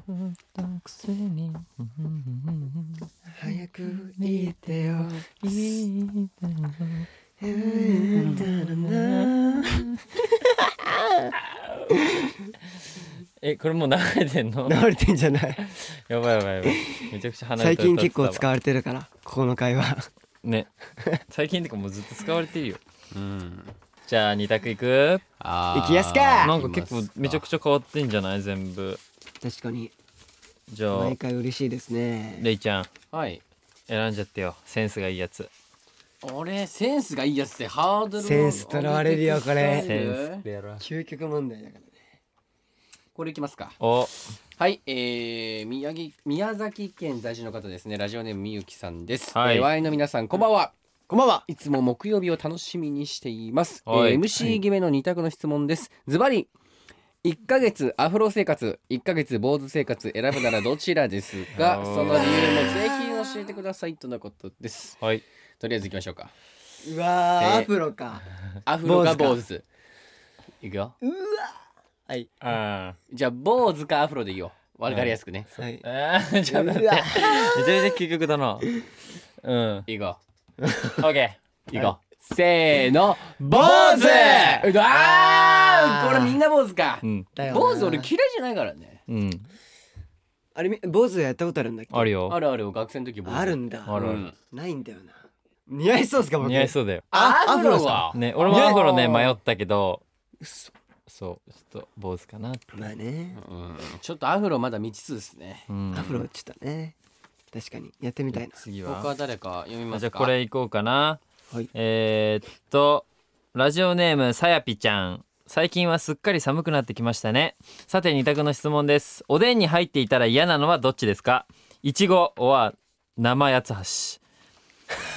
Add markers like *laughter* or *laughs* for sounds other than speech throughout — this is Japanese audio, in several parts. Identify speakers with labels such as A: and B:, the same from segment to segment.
A: ったくせに
B: 早く言ってよ。
A: いいだろ
B: うんだらな
A: えこれもう流れてんの
B: 流れてんじゃない
A: やばいやばいやばいめちゃくちゃ鼻歌
B: 最近結構
A: う
B: 使われてるからここの会話
A: ね最近ってかもうずっと使われてるよ
C: うん
A: じゃあ二択いく
C: あー
B: 行きやすか
A: なんか結構めちゃくちゃ変わってんじゃない全部
B: 確かに
A: じゃあ
B: 毎回嬉しいですね
A: レイちゃん
C: はい
A: 選んじゃってよセンスがいいやつ
C: 俺センスがいいやつってハードルを
B: センスとらわれるよこれ
C: センス
B: 究極問題だからね
C: これいきますか
A: お
C: はい、えー、宮城宮崎県在住の方ですねラジオネームみゆきさんです、
A: はい
C: えーワインの皆さんこんばんは
B: こんばんはい
C: つも木曜日を楽しみにしています、え
A: はい
C: ー MC 決めの二択の質問ですズバリ1ヶ月アフロ生活1ヶ月坊主生活選ぶならどちらです
A: あ
C: か
A: ー
C: その理由もぜひ教えてくださいとのことです
A: はい
C: とりあえず行きましょうか
B: うわー、
C: えー
B: アフロか
C: アフロか
B: 坊
C: 坊
B: 主
C: 主いくよ
B: はい
A: あ
C: じゃあ坊主かアフロでいいよわかりやすくね、
B: はい
A: あえー、ち
B: う
A: ょ
B: わ
A: っと待ってめちゃめちゃ究極だなうん
C: いいこ
A: オッケ
C: ういこうせーの坊主うわ
B: あ
C: あ
B: ー
C: これみんな坊主か
A: ーうん
B: だよな
C: 坊主俺嫌いじゃないからね
A: うん
B: あれみ坊主やったことあるんだっけ
A: あるよ
C: あるある学生の時坊主
B: あるんだ
A: ある
C: うん
B: ないんだよな似合いそうですか僕
A: 似合いそうだよ
C: あ
B: あ
C: アフロ
B: アフロ
C: は
A: ね俺もアフロね
C: あー
A: 迷ったけど
B: うっそ
A: そうちょっと坊主かな
B: まあね
C: うんちょっとアフロまだ未知数ですね
A: うん
B: アフロちょっとね確かにやってみたいな
A: 次は
C: 他は誰か読みま
A: じゃあ
C: すか
A: これいこうかな
B: はい
A: えー、っとラジオネームさやぴちゃん最近はすっかり寒くなってきましたねさて二択の質問ですおでんに入っていたら嫌なのはどっちですかいちごは生八つ橋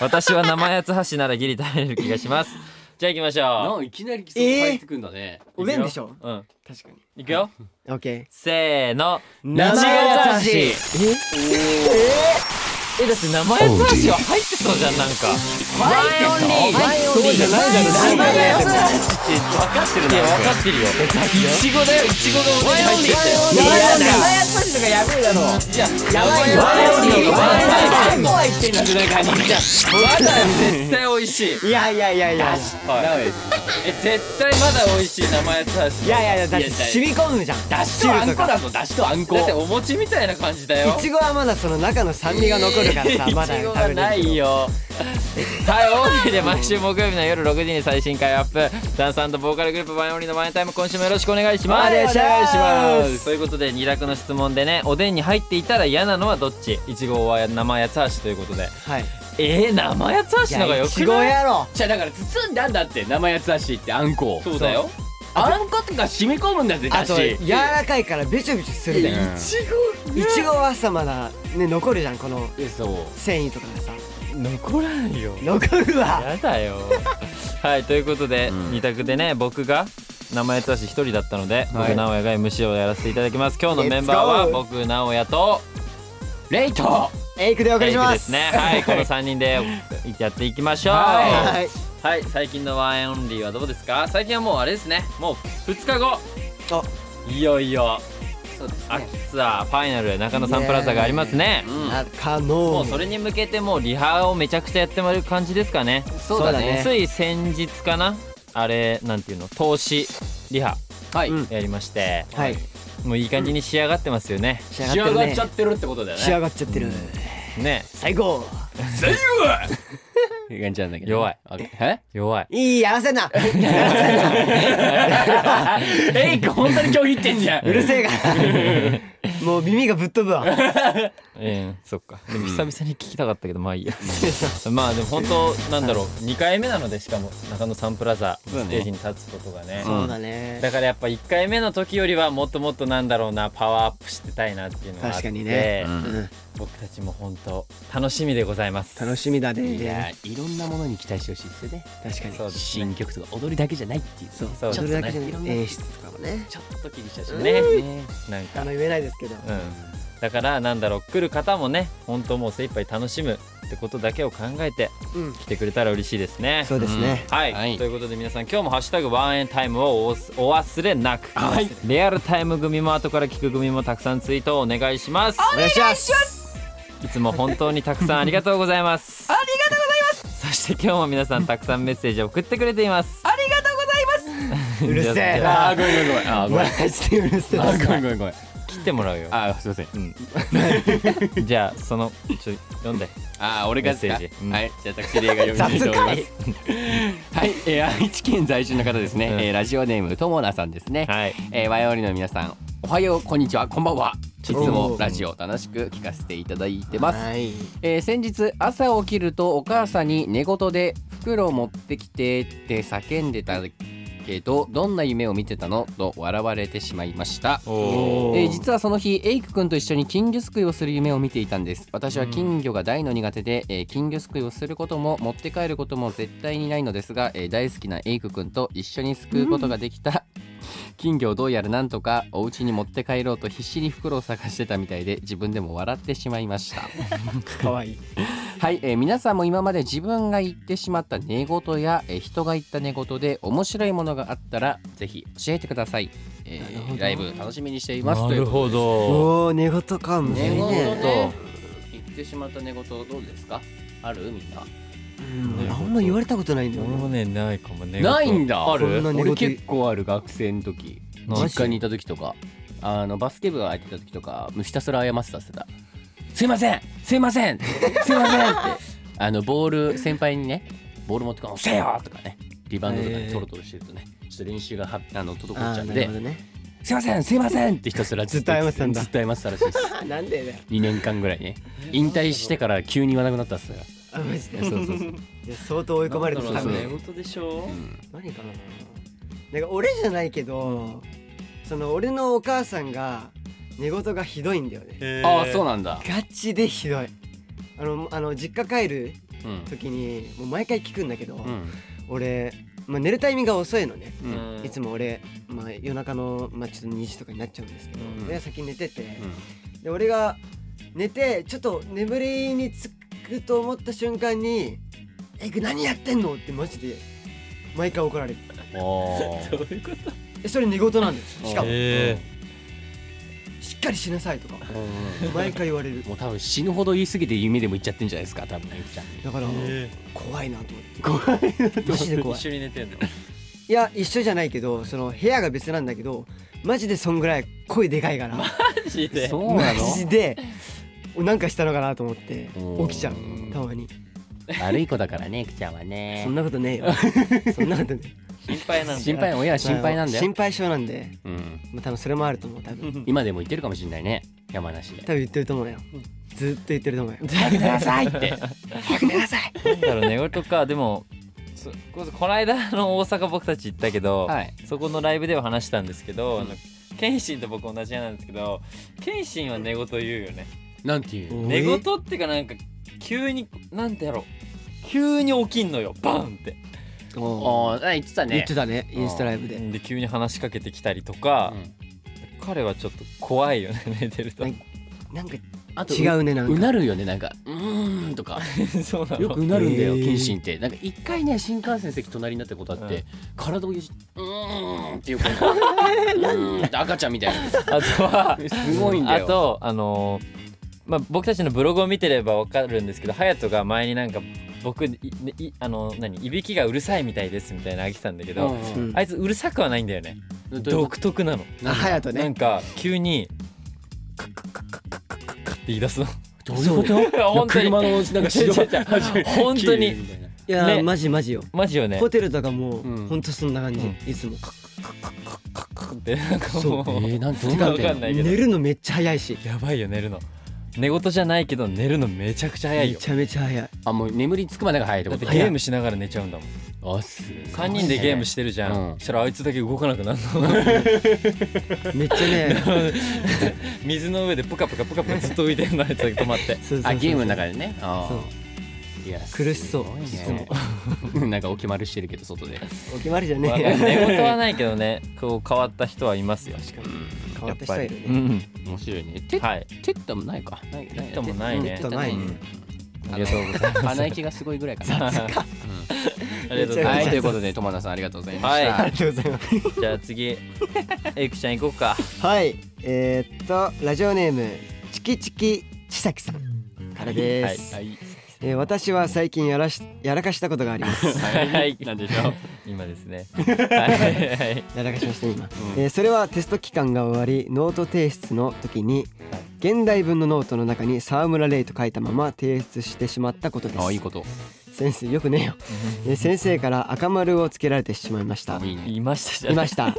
A: 私は生八つ橋ならギリ食べれる気がしますじゃあ行きまし
C: な
A: ょ
C: んいきなり来そう入ってくんだね
A: う
B: おでんでしょ
A: うん
B: 確かに
A: 行くよ
B: オッケ
A: せーの
B: ー
A: 生八つ橋
B: え
A: えだって生八つ橋は入ってそうじゃんなんか
C: 入って
B: そうじゃないだろ
C: 生
B: ないだろ
C: 八つ橋って分かってる
A: いや
C: な
A: 分かってるよいちごだよいちごがおでんに入ってる
B: いや
C: や
B: や
C: だ
B: だ
C: やばいよ
A: ワインのワ
C: ワインの入ってんだ中に
A: まだ絶対美味しい
B: いやいやいやいや
C: ダメです
A: え絶対まだ美味しい生八つ
B: いやいやいやだって染み込むじゃん
C: だしとあんこだぞだしとあんこ
A: 橋だってお餅みたいな感じだよ
B: いちごはまだその中の酸味が残るからさまだ
A: いちご
B: 食
A: が
B: べれ
A: な
B: るけ
A: い
B: ど
A: よはい大手で毎週木曜日の夜6時に最新回アップダンスボーカルグループバイオリンのバインタイム今週もよろしくお願いします
B: お願いします
A: ということで二択の質問でねおでんに入っていたら嫌なのはどっちいちごは生八つ橋ということで
B: はい
A: えー、生八つ橋の方がよ
B: いち
A: く
B: ご
A: ない
B: やろ
C: じゃあだから包んだんだって生八つ橋ってあんこを
A: そうだよ
C: あんことか染み込むんだぜ
B: あ
C: だし
B: と柔らかいからべちょべちょするじゃんい
C: ち
B: ちごはさまだね残るじゃんこの
C: ごそう
B: 繊維とかがさ
A: 残らんよ
B: 残るわ
A: やだよはいということで、
C: ん
A: 二択でね僕が名前つし一人だったので、
C: はい
A: 僕直哉が MC をやらせていただきます今日のメンバー
B: Let's
A: は
B: go
A: 僕直哉と
C: レイト
B: エイクでお送り
A: エイ
B: し
A: ク
B: ま
A: ですすねはいこの3人でやっていきましょうは
C: はい
A: い、最近のワンエンオンリーはどうですか最近はもうあれですねもう2日後
B: あ
A: いよいよ
C: そうです
A: 秋ツアーファイナル中野サンプラザがありますね
C: うん
B: 可
A: も
B: 能
A: うそれに向けてもうリハをめちゃくちゃやってもらう感じですかね
C: そうだ
B: そうだね
C: ね
A: つい先日かなあれなんていうの投資リハ
C: はい
B: うん
A: やりまして
B: はい
A: もういい感じに仕上がってますよね、
B: 仕
C: 仕
B: 上がって
C: 上が
B: る
C: っ
B: ね
C: ちゃってるってことだよ
B: 仕上
C: ね
B: がっちゃってる
A: ね
B: 最高
C: いい感じなんだけど
A: 弱い
C: え
A: 弱
C: *laughs*
A: い
B: いいやらせ
A: *laughs*
B: んな
C: レイク本当に今日言ってんじゃん
B: うるせえがもう耳がぶっ飛ぶわ
A: ええ *laughs* そっかでも久々に聞きたかったけどまあいいや *laughs* まあでも本当なんだろう2回目なのでしかも中野サンプラザ
C: そうだ
A: ス
C: ね
A: テージに立つことがね
B: そうだね
A: だからやっぱ1回目の時よりはもっともっとなんだろうなパワーアップしてたいなっていうのがあって
B: 確かにねうん
A: 僕たちも本当楽しみでございます
B: 楽しみだ
C: いや
B: ね
C: いろんなものに期待してほしいですよね
B: 確かに
A: そうですね
C: 新曲とか踊りだけじゃないっていう
B: そう
A: そう
B: それだけじゃ
C: ちょっと
B: な
C: ね
B: い演出とかもね
A: ちょっと気にしたしねなん
B: あ
A: か
B: の言えないですけど
A: うんだからなんだろう来る方もね本当もう精一杯楽しむってことだけを考えて
C: うん
A: 来てくれたら嬉しいですね。
B: そうですね
A: うんはい、
C: はい
A: ということで皆さん今日もハッシュタグワンエンタイムをお忘お忘れなく、
C: はい
A: レアルタイム組も後から聞く組もたくさんツイートをお願いします。
B: お願いします
A: いつも本当にたくさんありがとうございます。 *laughs* ありがとうございます。そして今日も皆さんたくさんメッセージを送ってくれています。ありがとうございます。うるせえ
C: あーごめんごめんごめんあーごめん
B: マジでうるせえ
C: あーごめんごめんごめん
A: 切ってもらうよ。
C: あーすいません
A: うん。じゃあそのちょ読んで。
C: あー俺がですか
A: メッセージうん
C: はいじゃあ私リエが読みたいと思います *laughs* はい、えー、愛知県在住の方ですね、
A: うん
C: えーラジオネームともなさんですね、
A: はい。
C: えー、ワイオリの皆さんおはようこんにちはこんばんはいつ
B: ょ
C: もラジオ楽しく聞かせていただいてます
B: はい
C: えー先日朝起きるとお母さんに寝言で「袋を持ってきて」って叫んでたけどどんな夢を見てたのと笑われてしまいました。
A: お
B: お
A: ー
B: ー
C: えー実はその日エイク君と一緒に金魚すくいをする夢を見ていたんです私は金魚が大の苦手で、えー金魚すくいをすることも持って帰ることも絶対にないのですが、えー大好きなエイク君と一緒にすくうことができた、金魚をどうやらなんとかお家に持って帰ろうと必死に袋を探してたみたいで自分でも笑ってしまい
B: *laughs*
C: ました
B: 可愛い
C: はい、えー皆さんも今まで自分が言ってしまった寝言や、えー人が言った寝言で面白いものがあったらぜひ教えてください、えー
B: なるほど
C: ライブ楽しみにしています
A: なるほど。
B: おお寝言か
C: と
B: むずい
C: いうことで寝言
B: ね
C: と言ってしまった寝言どうですかあるみんな
B: うんあんま言われたことないんだよ
A: 俺
B: な
A: もねないかもね。
C: ないんだ
A: ある
B: こんな？寝言
C: 俺結構ある学生の時
A: マ
B: ジ
C: 実家にいた時とかあのバスケ部が空いてた時とかもうひたすら謝ってたせた「すいませんすいませんすいません」って
B: *laughs*
C: あのボール先輩にねボール持ってこんせよとかねリバウンドとか
A: へ
C: ね
A: ー
C: ちょろちょろしてるとねちょっと練習がはあの滞っち
B: あ
C: ゃ
B: ー
C: うん
B: なる
C: で
B: ほどね
C: 「すいませんすいません」ってひたすらずっと
B: ずっと謝ってたんだ
C: ずっと謝ってたらしいです
B: なんでだよ
C: 2年間ぐら
B: *laughs*
C: いね引退してから急に言わなくなったっすよ
B: あマジで
C: そうそうそう
B: いや相当追い込まれてた
C: なんだろうね
B: ね
A: 本当でしょ
B: 何かななんか俺じゃないけどその俺のお母さんが寝言がひどいんだよね
C: ああそうなんだ
B: ガチでひどいあのあの実家帰る
C: うん
B: 時にもう毎回聞くんだけど、
C: うん
B: 俺、まあ、寝るタイミングが遅いのね、
C: うんうん
B: いつも俺、まあ、夜中の、まあ、ちょっと2時とかになっちゃうんですけど、
C: うん
B: で先に寝てて、で俺が寝てちょっと眠りにつくと思った瞬間に「え何やってんの?」ってマジで毎回怒られる
C: おー
A: ういうこ
B: えそれ寝言なんですしかも
A: へ
B: 「しっかりしなさい」とか
C: うんうん
B: 毎回言われる
C: もう多分死ぬほど言い過ぎて夢でも言っちゃってんじゃないですか多分ゆきちゃん
B: だから
A: へ
B: 怖いなと思って
C: 怖い
B: マジで怖い
A: 一緒に寝てんの。
B: いや一緒じゃないけどその部屋が別なんだけどマジでそんぐらい声でかい
C: *laughs*
B: から
A: マジで。
C: そう
B: マ
C: な *laughs* の
B: ジでなんかしたのかなと思って
C: うん
B: 起きちゃうたまに
C: 悪い子だからねゆきちゃんはね
B: そんなことね
C: *laughs*
B: えよそんなことね
A: 心配なんだ。
C: 心配親は
B: え
C: 心配なんだよ
B: 心、配性なんで
C: うん、
B: まあ多分それもあると思う多分
A: *laughs*
C: 今でも言ってるかもしれないね山梨
B: 多
C: で
B: 分言ってると思うよずっと言ってると思うよ
C: 早く寝なさいって
B: *laughs* 早く寝なさい
A: なんだろう寝言かでもそここの間の大阪僕たち行ったけど、
C: はい
A: そこのライブでは話したんですけど、
C: うん
A: あの謙信と僕同じなんですけど謙信は寝言言うよね、
C: なんていう
A: 寝言っていうかなんか急になんてやろう急に起きんのよバンって
B: おー
C: おーあ言ってた
B: 言
C: ね
B: ってたねインスタライブで
A: で急に話しかけてきたりとか、
C: うん
A: 彼はちょっと怖いよね寝てると
B: はいなんか
C: あと
B: 違うねなんか
C: うなるよねなんかうーんとか
A: *laughs* そうなの
C: *laughs* よくうなるんだ
B: へ
C: よ
B: ー
C: 謙信ってなんか一回ね新幹線席隣になったことあって、
A: うん
C: 体をゆじうーんっていう声がうーんって赤ちゃんみたいな
A: あとは
C: すごいんだよ
A: あとあのーまあ、僕たちのブログを見てればわかるんですけど隼人が前になんか僕いいあの何いびきがうるさいみたいですみたいなのあげてたんだけど、
C: うん
B: うん
A: あいつうるさくはないんだよね
C: うんどういうこ
A: 独特なの
B: あ隼人
A: なん
B: ね
A: か急にカッカッカッカッカッカッカッカッって言い出すの
C: とどういうこと
A: 本当に
C: 車のなんか白
A: 違う違う本当に
B: いや
A: ね
B: ーマジマジよ
A: マジよね
B: ホテルとかも
C: うん
B: ほんとそんな感じ
A: う
B: いつも
A: カッってなんか
B: そ
A: も
B: う
A: う
C: えー、なんどう
A: てか
C: なっ
A: わ
C: てんの
A: かんないけ
B: 寝
A: ど
B: るのめっちゃ早いし
A: やばいよ寝るの寝言じゃないけど寝るのめちゃくちゃ早い
B: め
A: よ
B: ちゃめちゃ早い
C: あもう眠りつくまでが早いって
A: だ
C: こ
A: っ
C: と
A: てゲームしながら寝ちゃうんだもん
C: あす
A: 3人でゲームしてるじゃん、
C: うん
A: そしたらあいつだけ動かなくなるの
B: めっちゃね
A: 水の上でプカプカプカプカずっと浮いてるのあいつだけ止まって *laughs*
B: そうそうそうそう
C: あゲームの中でねあ
B: そう
C: ーいや
B: 苦しそう
C: すごいね *laughs* なんかお決まりしてるけど外で
B: お決まりじゃ
A: まあ
B: ねえ
A: 寝言はないけどねこう変わった人はいますよ
B: 確かに変わった人いる
A: う
B: ね
A: ん
C: 面白いねて
A: はい
C: テッタもないかないテ
A: テッタもないね
B: テッタないね
A: ありがとうございます
C: 鼻息がすごいぐらいか
A: *laughs*
C: な。
A: ありがとうご
C: は
A: ざいま
C: い、と
A: す
C: いうことで、友田さん、ありがとうございま
A: はい
C: し
B: あ
C: た
B: り。がとうございます
A: じゃあ *laughs* 次エイクちゃん行こうか
B: はいえー、っとラジオネームチキチキちさきさんからです、
C: はい、
B: えー私は最近やらしやらかしたことがあります
A: はいなんでしょう今ですねはいはい
B: やらかしました今、えーそれはテスト期間が終わりノート提出の時に現代文のノートの中に沢村レイと書いたまま提出してしまったことです
C: あ、いいこと。
B: 先生よくねえよ、えー先生から赤丸をつけられてしまいました
C: いいね。
A: いましたじゃ
B: い
A: な
B: ま
A: い
C: *laughs*
B: した、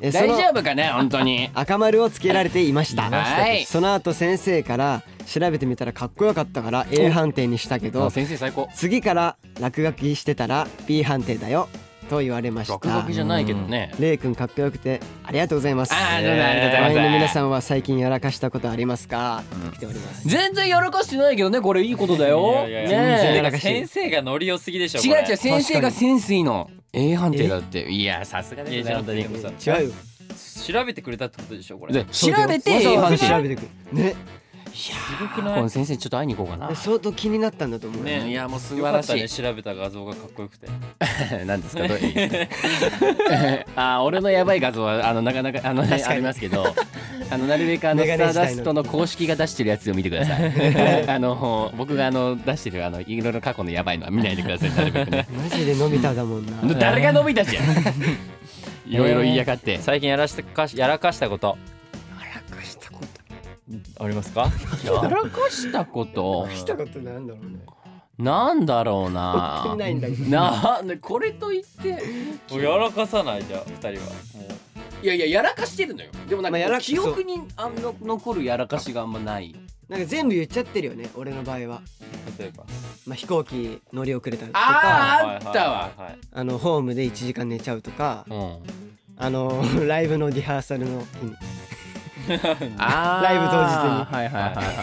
B: えーそ
C: 大
B: の
C: 丈夫かね、本当に。
B: 赤丸をつけられていました
C: いましたはい
B: その後先生から調べてみたらかっこよかったから A 判定にしたけど
C: あ先生、最高。
B: 次から落書きしてたら B 判定だよと言われまし
C: 落
B: た
C: 書きじゃないけどね。
B: レイくんかっこよくてありがとうございます
C: あー、
A: ね
C: どうもありがとうござい
B: 前
C: ます。
B: の皆さんは最近やらかしたことありますか、来ております
C: 全然やらかしてないけどねこれいいことだよ。
A: い
C: ね
A: やいや
B: 全
A: て
B: 然
C: え
A: か先生がノリ良すぎでしょ
C: 違う違う先生
B: 確か
C: が
B: に
C: センスいいの A 判定だっていやさすが
A: い
C: で
A: や
C: す
A: じゃ
C: ね
A: あ
C: 本当に
A: でもさ
B: 違うよ
A: 調べてくれたってことでしょこれ
C: で調べて
B: わ
C: A
B: ざわ
C: 判
B: ざ調
C: 定
B: べてくるね
A: すごく
C: こ
A: ない
C: の先生ちょっと会いに行こうかな
B: 相当気になったんだと思う、
A: ね
C: いやもう素
A: よ
C: 晴
A: からったね
C: し
A: 調べた画像がかっこよくて
C: い *laughs* 何で
B: *laughs*
C: すかどういうあー俺のやばい画像はあのなかなかあのね
B: 確か
C: あ
B: に
C: ります
B: *laughs*
C: けどあのなるべくあの
B: メガネ
C: スタ
B: 時代の
C: ーダストの公式が出してるやつを見てくだ
B: *laughs*
C: さいあの僕があの出してるあのいろいろ過去のやばいのは見ないでく
B: *laughs*
C: ださいなるべくね
B: マジで伸びただもんな、
C: 誰が伸び
B: *laughs*
C: たじゃんいろいろ言いやがって
A: 最近やらしたかしやらかしたことありますか
C: やらかしたこと
B: 来たことなんだろうね
C: なんだろう
B: 送っ
C: な
B: てないんだけど
C: なこれといって
A: もうやらかさないじゃあ二人はもう
C: いやいややらかしてるのよでもなん
B: まあやら
C: か
B: か
C: 記憶にあの残るやらかしがあんまない
B: なんか全部言っちゃってるよね俺の場合は、
A: 例えば
B: まあ、飛行機乗り遅れたと
C: あ
B: か
C: ーあったわ
A: はいはいはい
B: あのホームで1時間寝ちゃうとか
C: うん
B: あの *laughs* ライブのリハーサルの日に
C: あー
B: ライブ当日に
C: はいはいはいはいはいはい
A: は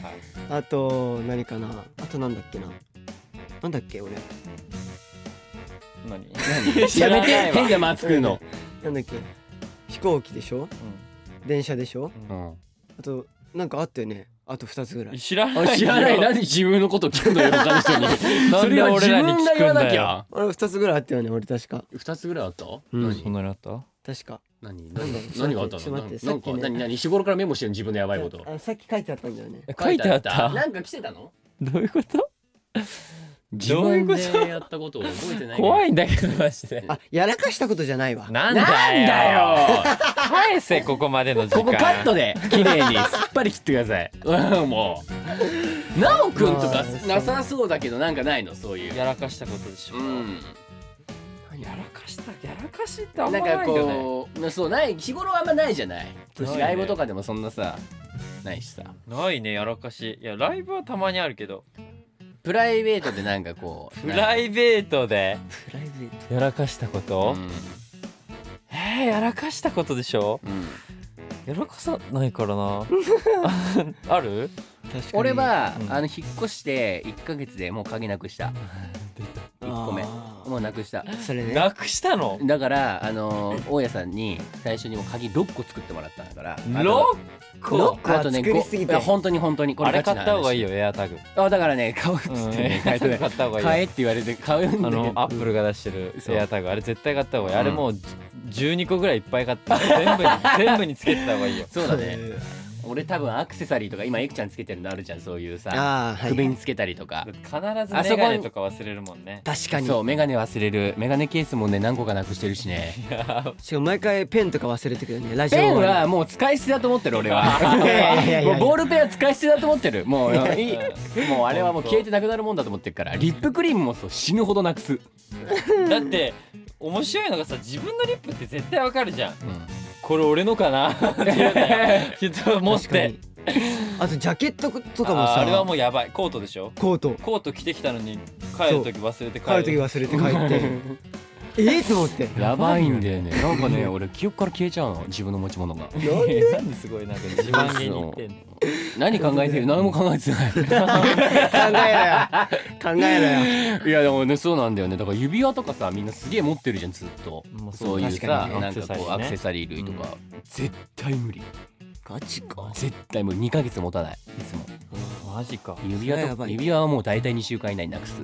A: いはい
B: あと何かなあとなんだっけななんだっけ俺
A: 何
C: やめ
A: 知らな
C: て
A: いわ
C: 変なマスクの、
B: なんだっけ飛行機でしょ電車でしょ
C: うん
B: あとなんかあったよねあと2つぐら
A: うん
B: い
A: 知らない
C: あ
A: よ
C: 知らないなんで自分のこと聞くのよ他の人に
A: な
C: そ
A: ん
C: れ
A: で
C: は
A: 俺
C: 自
A: らに
C: 分が
A: 聞
C: 言
A: く
C: わ
A: ん
C: な
A: だ
C: き
A: よ
C: ゃ
B: 俺2つぐらいあったよね俺確か
C: 二つぐらいあった、
B: うん
A: そんなにあった
B: 確か
C: 何
B: なん
C: 何
B: だ
C: 何があった
B: ちょ
C: の
B: っ
C: な
B: と
C: ん
B: 待って
C: なん
B: さっき
C: か
B: ね
C: 何何日頃からメモしてるの自分のやばいこと
B: あさっき書いてあったんだよね
A: 書いてあった
C: なんか来てたの
A: どういうこと
C: 自
A: どういう
C: 分
A: こと
C: でやったことを覚えてない
A: 怖
C: い
A: いんだけどマジで
B: あやらかしたことじゃないわ
A: なん
C: なんだよ
A: 返せここまでの時間
C: ここカットで綺麗にすっぱり切ってくださいうん *laughs* もうなおくんと
B: ま
C: か
B: あそう
C: なさそうだけどなんかないのそういう
A: やらかしたことでしょ
C: うん
A: やらかしたやらかしってあん
C: な
A: ま
C: ん
A: な
C: か
A: いよね
C: こうなそうない日頃はあんまないじゃない
A: ないね
C: ライブとかでもそんなさないしさ
A: ないねやらかしいやライブはたまにあるけど
C: プライベートでなんかこう
A: プライベートで
B: プライベート
A: やらかしたこ
C: う
A: と
C: ん
A: えーやらかしたことでしょ
C: うん
A: やらかさないから
C: *laughs*
A: なある
B: 確かに
C: 俺は
A: うん
C: あの引っ越して一ヶ月でもう鍵なくした
B: あー
C: 1個目もうなくした
B: それね
A: なくしたの
C: だからあのー大家さんに最初にもう鍵6個作ってもらったんだから
A: 6個
B: 六個は作りすぎて
C: ごいや本当に本当にこれ
A: あれ買
C: ガチな話
A: った方がいいよエアタグ
C: あだからね買うっつってね、
A: うん
C: 買えてね
A: *laughs* 買った方がいいよ
C: 買えって言われて買うん
A: あ
C: だけど
A: のアップルが出してる
C: そう
A: エアタグあれ絶対買った方がいい、
C: うん
A: あれもう12個ぐらいいっぱい買った全部
C: *laughs*
A: に全部につけてた方がいいよ
C: そうだね俺多分アクセサリーとか今エクちゃんつけてるのあるじゃんそういうさ
B: ああはい
C: 首につけたりとか
A: だって必ず
C: あそ
A: メ
C: こ
A: ガネとか忘れるもんね
B: 確かに
C: そうメガネ忘れるメガネケースもね何個かなくしてるしね
B: しかも毎回ペンとか忘れてくるよねラジオ
C: ペン
B: 終わ
C: はもう使い捨てだと思ってる俺は
B: いやいやいや
C: もうボールペンは使い捨てだと思ってるもういいもうあれはも
A: 本
C: う
A: 当
C: 消えてなくなるもんだと思ってるからリップクリームもそう死ぬほどなくす、
A: だって面白いのがさ自分のリップって絶対わかるじゃん
C: うん
A: これ俺のかなっていうねきっと
B: り
A: 持っ
B: 確か
A: て
B: にあとジャケットとかも
A: あ
B: さ
A: あれはもうやばいコートでしょ
B: コート
A: コート着てきたのに帰る時忘れて帰
B: 帰
A: る
B: る時忘れて帰ってえっと思って
C: やばいんだよねなんかね俺記憶から消えちゃうの自分の持ち物が
A: *laughs* なんでなんですごいなんか自慢げに言ってんの
C: 何考えて *laughs* る何も考えてない *laughs*
B: 考えろよ考え
C: いやでもねそうなんだよねだから指輪とかさみんなすげえ持ってるじゃんずっと、
A: まあ
C: そういう
B: 確か
C: さ、
B: にね
C: なんかこう
A: ア
C: ア
A: ク
C: ク
A: セ
C: セサリー類とか、絶対無理
B: ろよガチか
C: 絶対無理2ヶ月持たないいつも
A: マジか
C: 指
B: そ
C: 輪
B: れはや
C: と
B: ばい
C: 指輪はもう大体2週間以内になくす、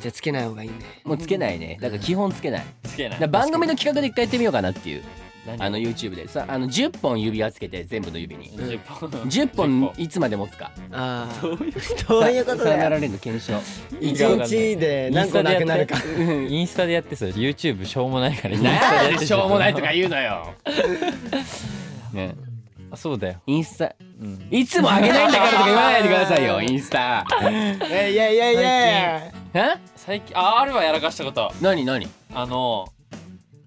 B: じゃあつけない方がいいね
C: もうつけないねだから基本つけない
A: つけな
C: だから
A: い
C: 番組の企画で一回やってみようかなっていう
A: 何
C: あの YouTube でさあの10本指輪つけて全部の指に
A: 10本
C: 10本
A: *laughs*
C: いつまで持つか
B: ああ
A: どういう
B: どういうこと
C: さよな
B: だよ
C: らレンの検証
B: 一日で何個なくなるか
A: インスタでやってそれ YouTube しょうもないから
C: なんでしょうもな
A: *laughs*
C: いとか言うのよ、ね、
A: あそうだよ、
C: インスタ
A: うん、
C: いつもあげないんだからとか言わないでくださいよインスタ
B: いやいやいやいや
C: え
A: 最近ああるわやらかしたこと
C: 何何、
A: あの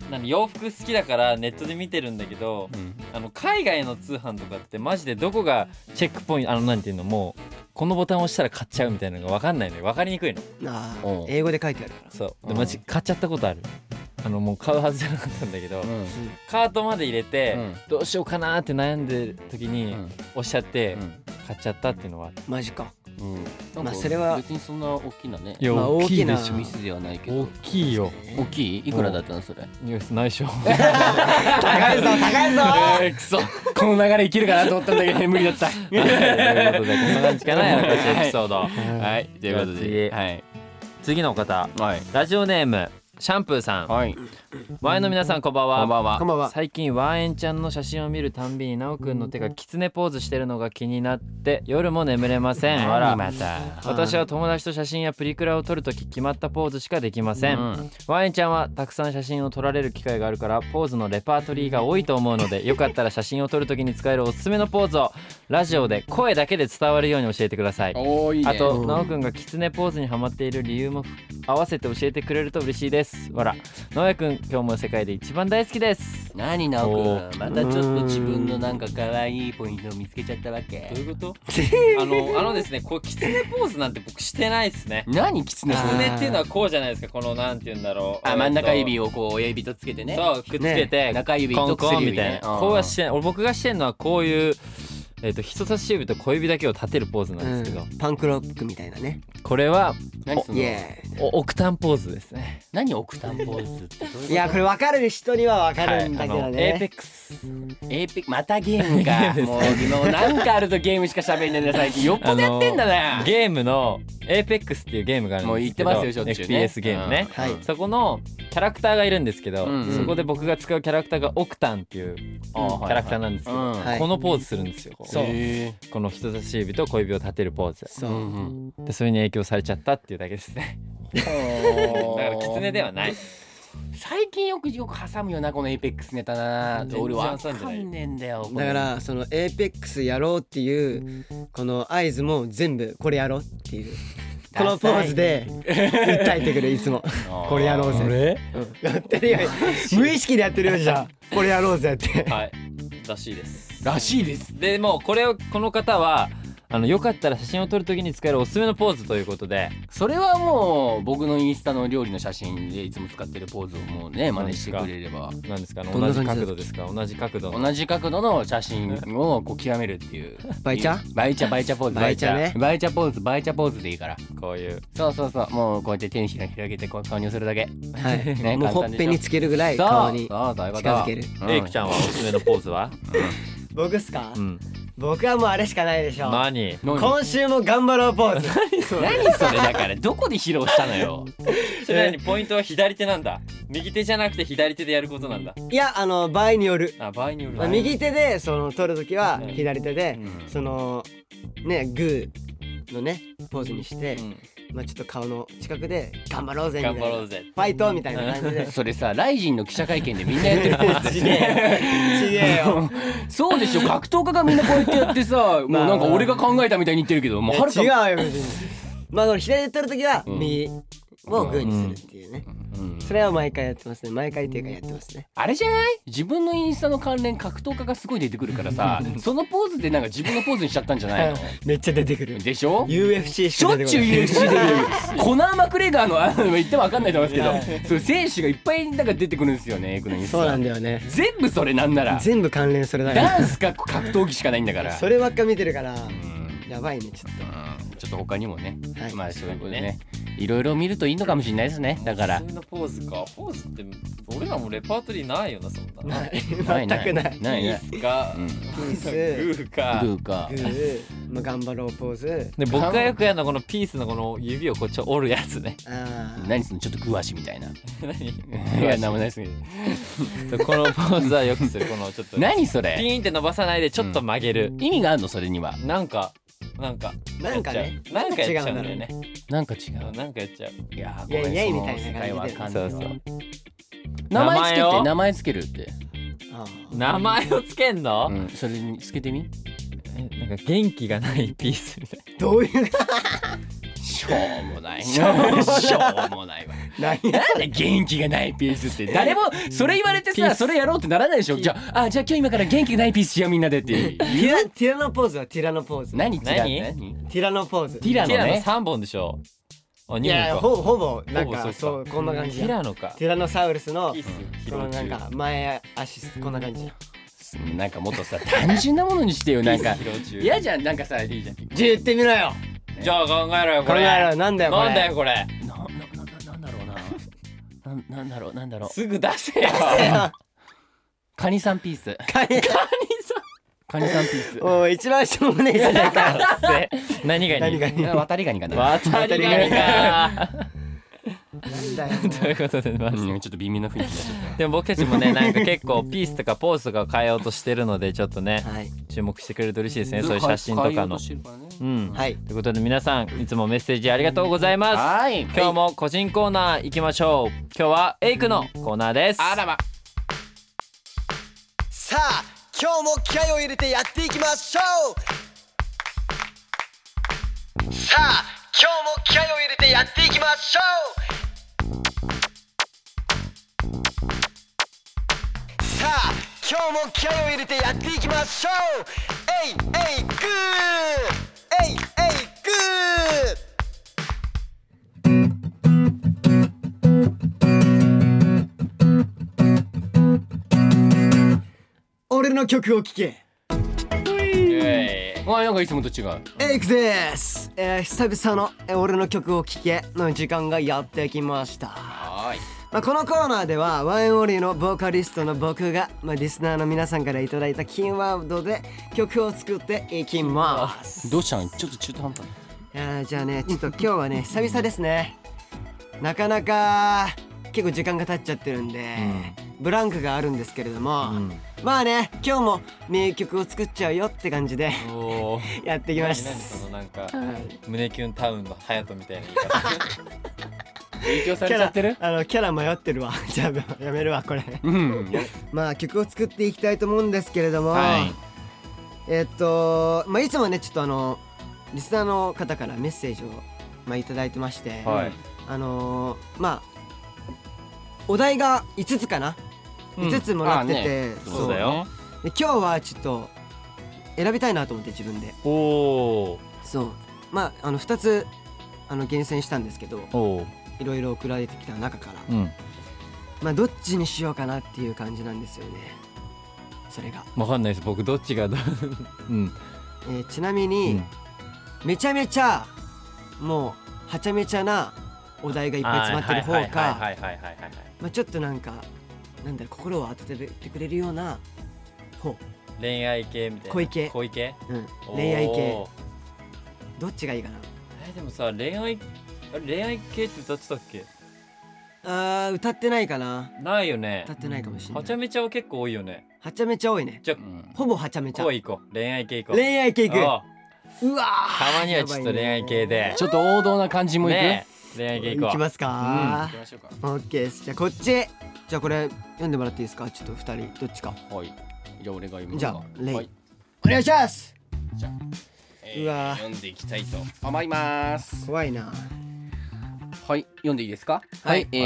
A: 何洋服好きだからネットで見てるんだけどあの海外の通販とかってマジでどこがチェックポイントあのなんていうのもうこのボタンを押したら買っちゃうみたいなのが分かんないのよ分かりにくいの
B: ああ
C: うん
B: 英語で書いてあるから
A: そう
C: う
A: で
C: ん
A: マジ買っちゃったことあるあのもう買うはずじゃなかったんだけど、
C: うん
A: カートまで入れて、
C: うん
A: どうしようかなーって悩んでる時に、
C: うん
A: 押しちゃって、
C: うん
A: 買っちゃったっていうのは
B: マジか
C: うん
B: まあそれは
C: 別にそんな大きなね
A: いや
B: まあ
A: 大きいで
B: 大き
A: し
B: な
A: ょ
C: ミスではないけ
A: 大
C: ど
A: きいよ
C: 大きいいくらだったのそれ
A: ニュース内 *laughs* 緒
B: 高いぞ高いぞ
A: えーくそとい
C: この流れいけるかなと思ったんだけど無理だった *laughs*
A: うことでこんな感じかなやらかしエピソード
C: はいということで
A: じゃ
C: はい
A: 次の方
C: はい
A: ラジオネームシャンプーさん
C: はい
A: ワインの皆さんこんばんは
C: こんばんは
B: こんばんは
A: 最近ワンエンちゃんの写真を見るたんびになおくんの手がキツネポーズしてるのが気になって夜も眠れませんわら
C: また
A: 私は友達と写真やプリクラを撮るとき決まったポーズしかできません、
C: うん
A: ワインちゃんはたくさん写真を撮られる機会があるからポーズのレパートリーが多いと思うのでよかったら写真を撮るときに使えるおすすめのポーズをラジオで声だけで伝わるように教えてください
C: おーいいね
A: あと、なおくんがキツネポーズにハマっている理由も合わせて教えてくれると嬉しいです。わら、なおやくん、今日も世界で一番大好きです。
C: 何なお
A: お
C: くんまたちょっと自分のなんか可愛いポイントを見つけちゃったわけ
A: いうこと *laughs* あの、あのですね、こう、キツネポーズなんて僕してないですね。
C: 何キツネ
B: あ
A: キ
C: さ
A: ツ
C: ん
A: ネっていうのはこうじゃないですか、この、なんて言うんだろう。
C: あ真ん中指
A: を。
C: をこう親指とつけてね
A: そう、くっつけて、
C: 中指
A: コ
C: と
A: ン
C: 薬
A: コン
C: 指
A: みたいな。
C: ねうん
A: こうはしてない。俺僕がしてんのはこういう、えっと、人差し指と小指だけを立てるポーズなんですけど、
B: うんパンクロックみたいなね
A: これは、
C: 何そ
B: イ
C: の
B: エーイ
A: お奥端ポーズですね。
C: 何オクタンポーズってどういうこと
B: いやこれ分かる人には分か
A: はい、
B: るんだ
A: あ
B: けど
A: の、エーペ
B: ね
A: ックス。
C: エーペまたゲームかもうもうなんかあるとゲームしか喋んないんだ最近よっぽどやってんだな
A: ゲームの APEX っていうゲームがあるんですけど
C: もう言ってますよしょっちゅうね
A: FPS ゲームね、
B: はい
A: そこのキャラクターがいるんですけど、
C: うんうん
A: そこで僕が使うキャラクターがオクタンっていうキ
C: あーはいはい
A: ャラクターなんですけど、
C: うん
B: はい
A: このポーズするんですよ、こう
C: そう
A: この人差し指と小指を立てるポーズ
B: そううん
C: うん
A: でそれに影響されちゃったっていうだけですね
C: だ
A: だからキツネではない
C: 最近よくよく挟むよなこのエイペックスネタな
A: 全然
C: 俺は
A: 挟んでない
C: わかんねえんだよこれ
B: だからそのエーペックスやろうっていうこの合図も全部これやろうっていうこのポーズで訴えてくるいつもこれやろうぜうんやってるよ無意識でやってるよじゃあこれやろうぜって
A: はいらしいです
C: らしいです
A: でもうこれをこの方はあのよかったら写真を撮るときに使えるおすすめのポーズということで
C: それはもう僕のインスタの料理の写真でいつも使ってるポーズをもうね真似してくれれば
A: 何ですかあの
B: どんな
A: 同
B: 感じ
A: じ角
B: だ
A: 度ですか同じ角度の
C: 同じ角度の写真をこう極めるっていう
B: バイチャ
C: バイチャバイチャポーズ
B: *laughs* バイチャね
C: バイチャポーズバイチャポーズでいいから
A: こういう
C: そうそうそうもうこうやって手のひら広げてこう購入するだけ
B: はい、
C: ね
B: もうほっぺにつけるぐらい
C: そう
B: 顔に
C: そうそういうこと
B: 近づける
C: う
A: エイクちゃんはおすすめのポーズ *laughs* は、
B: 僕っすか、
A: うん、
B: 僕はもうあれしかないでしょ
A: 何
C: 何
B: 今週も頑張ろうポーズ
C: 何それだからどこで披露したのよ
A: それなりにポイントは左手なんだ右手じゃなくて左手でやることなんだ
B: いやあの場合による、
A: あ場合による
B: まあ、
A: な
B: 右手でその取るときは左手で、
C: うん
B: そのねグーのねポーズにして、
A: うん
B: まあ、ちょっと顔の近くで頑張ろうぜみたい
A: 頑
B: な
A: 張ろうぜ
B: ファイトみたいな感 *laughs* *laughs* じで
C: それさライジンの記者会見でみんなやってる
B: *laughs*
C: ポーズです
B: え
C: ね
B: ちげえよ
C: そうでしょ格闘家がみんなこうやってやってさも
B: *laughs*
C: う
B: まあ
C: なんか俺が考えたみたいに言ってるけどもうはるか
B: いや *laughs* 違うよ別にまあこれ左で取るときは
C: うん
B: 右をグーにするっていうね、
C: うん
B: それは毎回やってますね毎回っていうかやってますね
C: あれじゃない自分のインスタの関連格闘家がすごい出てくるか
B: *laughs*
C: らさそのポーズでなんか自分のポーズにしちゃったんじゃないの
B: めっちゃ出てくる
C: でしょ
B: UFC し
C: しょ
B: か
C: っ
B: 出てこない
C: ちゅう
B: *laughs*
C: UFC でコナー・マクレガーのあの言っても分かんないと思いますけどそう選手がいっぱいなんか出てくるんですよねエイクのイン
B: *laughs*
C: ス
B: そうな
C: タ
B: んだよね
C: 全部
B: *laughs*
C: それなんなら
B: 全部関連それだから *laughs*
C: ダンスか格闘技しかないんだから
B: そればっか見てるから
C: うん
B: やばいねちょっ
C: うんちょっと他にもね、
B: とはい、
C: まあそういうことでね
A: ね
C: いろいろ見るといいのかもしれないですねだから
A: 普通のポーズかポーズって俺らもレパートリーないよなそんな
B: ない全く
C: ない
B: ない
C: ないないない
A: ピースか
C: うん
A: グ
B: ース
A: ーか
C: グーか
B: グー、まあ、頑張ろうポーズ
A: で僕がよくやるのはこのピースのこの指をこっち折るやつね *laughs*
B: ああ
C: 何そのちょっとグワシみたいない
A: 何
C: やなんもないですけど
A: このポーズはよくするこのちょっと
C: 何そ
A: ピ
C: れ
A: ーンって伸ばさないでちょっと曲げる、
C: 意味があるのそれには
A: なんかなんか
B: なんかね
A: やっちゃうなんかやっちゃうんだよね
C: なんか違
A: うん
C: う
A: なんかやっちゃう
C: いや
B: いやいや
C: そ
B: い
C: の
B: みたいな感じで
C: 世界わかんな
A: そ
C: いうわ
A: そう
C: 名前つ
A: 名前
C: けて
A: を
C: 名前つけるって
B: あー
A: 名前をつけんの、
C: うんそれにつけてみ
A: えなんか元気がないピースみたい
B: どういう
C: しょうもない *laughs* しょうもないわ
B: 何
C: なんで元気がないピースって誰もそれ言われて
A: ピー
C: さ
A: ス
C: それやろうってならないでしょじゃああじゃあ今日今から元気がないピースしようみんなでって
B: ティラティラノポーズはティラノポーズ
C: *laughs* 何違う
A: 何
C: 何
B: ティラノポーズ
C: ティラ
A: なテ
C: ノ
A: ィラノ
C: ね
A: 三本でしょあ
B: い
A: 二
B: や
A: 本か
B: ほぼほぼなん
A: ほぼそう
B: か
A: か
B: そうこんな感じ
A: ティ
B: や
A: ラノか
B: ティラノサウルスの
A: ピース
B: このなんか前足こんな感じや
C: なんかもっとさ *laughs* 単純なものにしてよなんか
A: 疲労中
C: 嫌じゃんなんかさいいじゃん
B: じゃあ言ってみろよ
A: じゃあ考えろよこ
B: こ
A: れ
B: れやろなんだよこれ
A: なんだよこれ
C: ななななんだろうななんなんだろうなんだろう
A: すぐ出せよ
C: カニさんピース
B: カニさ
C: カニさんピー
B: ん
C: ス
B: おい一番しょう *laughs* もねえじゃないか
A: *laughs* 何が
B: 何
A: に
B: が
C: *laughs* いや渡りガニかな、
A: 渡りがにか
B: なんだよ
A: ということでまあ
C: うん、ちょっと微妙な雰囲気になっちゃっ
A: でも僕たちもねなんか結構ピースとかポーズとかを変えようとしてるのでちょっとね
B: はい
A: 注目してくれると嬉しいです
C: た
A: ねそういう写真とかの。うん
B: はい
A: ということで皆さんいつもメッセージありがとうございます。
C: はい
A: 今日も個人コーナー行きましょう。今日はエイクのコーナーです。
C: あらま
D: さあ今日も気合を入れてやっていきましょうさあ今日も気合を入れてやっていきましょうさあ今日も気合を入れてやっていきましょうえいえいグーえいえいグー
B: 俺の曲を聴け
C: あなんかいつもと違う
B: エイクです、えー、久々のえー俺の曲を聴けの時間がやってきました
C: はい
B: まあ、このコーナーではワインオリーのボーカリストの僕が、まあ、リスナーの皆さんからいただいたキーワードで曲を作っていきます
C: どうしたんちょっと中途半端
B: いやーじゃあねちょっと今日はね久々ですねなかなか結構時間が経っちゃってるんで、ブランクがあるんですけれども、まあね今日も名曲を作っちゃうよって感じで
A: おー
B: やってきま
A: 何
B: し
A: 何
B: た
A: そのなんか
B: はい
A: 胸キュンタウンのハヤトみたいな言い方。
C: 影響さ
B: キャラあのキャラ迷ってるわじゃあやめるわこれ
C: うん
B: まあ曲を作っていきたいと思うんですけれども、
C: はい
B: えっと、まあ、いつもねちょっとあのリスナーの方からメッセージを、まあ、いただいてまして、
A: はい
B: あのーまあお題が5つかな、
A: うん
B: 5つもらってて、
C: あね
A: そうだよ。
B: で今日はちょっと選びたいなと思って自分で
A: おお
B: そうまああの2つあの厳選したんですけど
A: おお。
B: いろいろ送られてきた中から、
A: うん。
B: まあどっちにしようかなっていう感じなんですよねそれが、
A: わかんないです。僕どっちがど。うん。
B: えーちなみに、めちゃめちゃもうはちゃめちゃなお題がいっぱい詰まってる方か
A: いはいはいはい。
B: まあちょっとなんかなんだろう心を温めてくれるような方、
A: 恋愛系みたいな。
B: 恋系
A: 恋系。
B: うん、恋愛系
A: おー。
B: どっちがいいかな
A: えでもさ恋愛あれ恋愛系って歌ってたっけ？
B: あー歌ってないかな
A: ないよね
B: 歌。ってないかもしれな
A: はちゃ
B: い
A: めちゃは結構多いよね。
B: はちゃめちゃ多いね
A: じゃ
C: う
A: あ
C: ん
B: ほぼはちゃめちゃ
A: 恋行こう。恋愛系行こう。
B: 恋愛系いく
A: おう
B: うわー
A: たまにはちょっと恋愛系で。
C: ちょっと王道な感じもいく、
A: ねえ恋愛系
B: い
A: 行
B: き
A: こう。
B: ますか
C: 行きましょうか
B: オッケーですじゃあこっちじゃあこれ読んでもらっていいですかちょっと二人どっちか
C: はいじゃあ俺が読み
B: じゃあレイ、
C: はい
B: お願いします
C: じゃあ、えー
B: うわー
C: 読んでいきたいと思います
B: 怖いな
C: はい読んでいいですか
B: は
C: はいい、え